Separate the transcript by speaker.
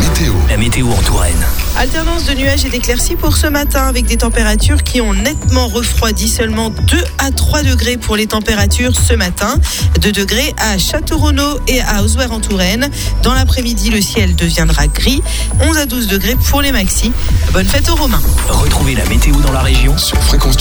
Speaker 1: météo.
Speaker 2: La météo en Touraine.
Speaker 3: Alternance de nuages et d'éclaircies pour ce matin avec des températures qui ont nettement refroidi seulement 2 à 3 degrés pour les températures ce matin. 2 degrés à Château-Renaud et à Ozoir en Touraine. Dans l'après-midi, le ciel deviendra gris. 11 à 12 degrés pour les maxis. Bonne fête aux Romains.
Speaker 2: Retrouvez la météo dans la région
Speaker 1: Sur fréquence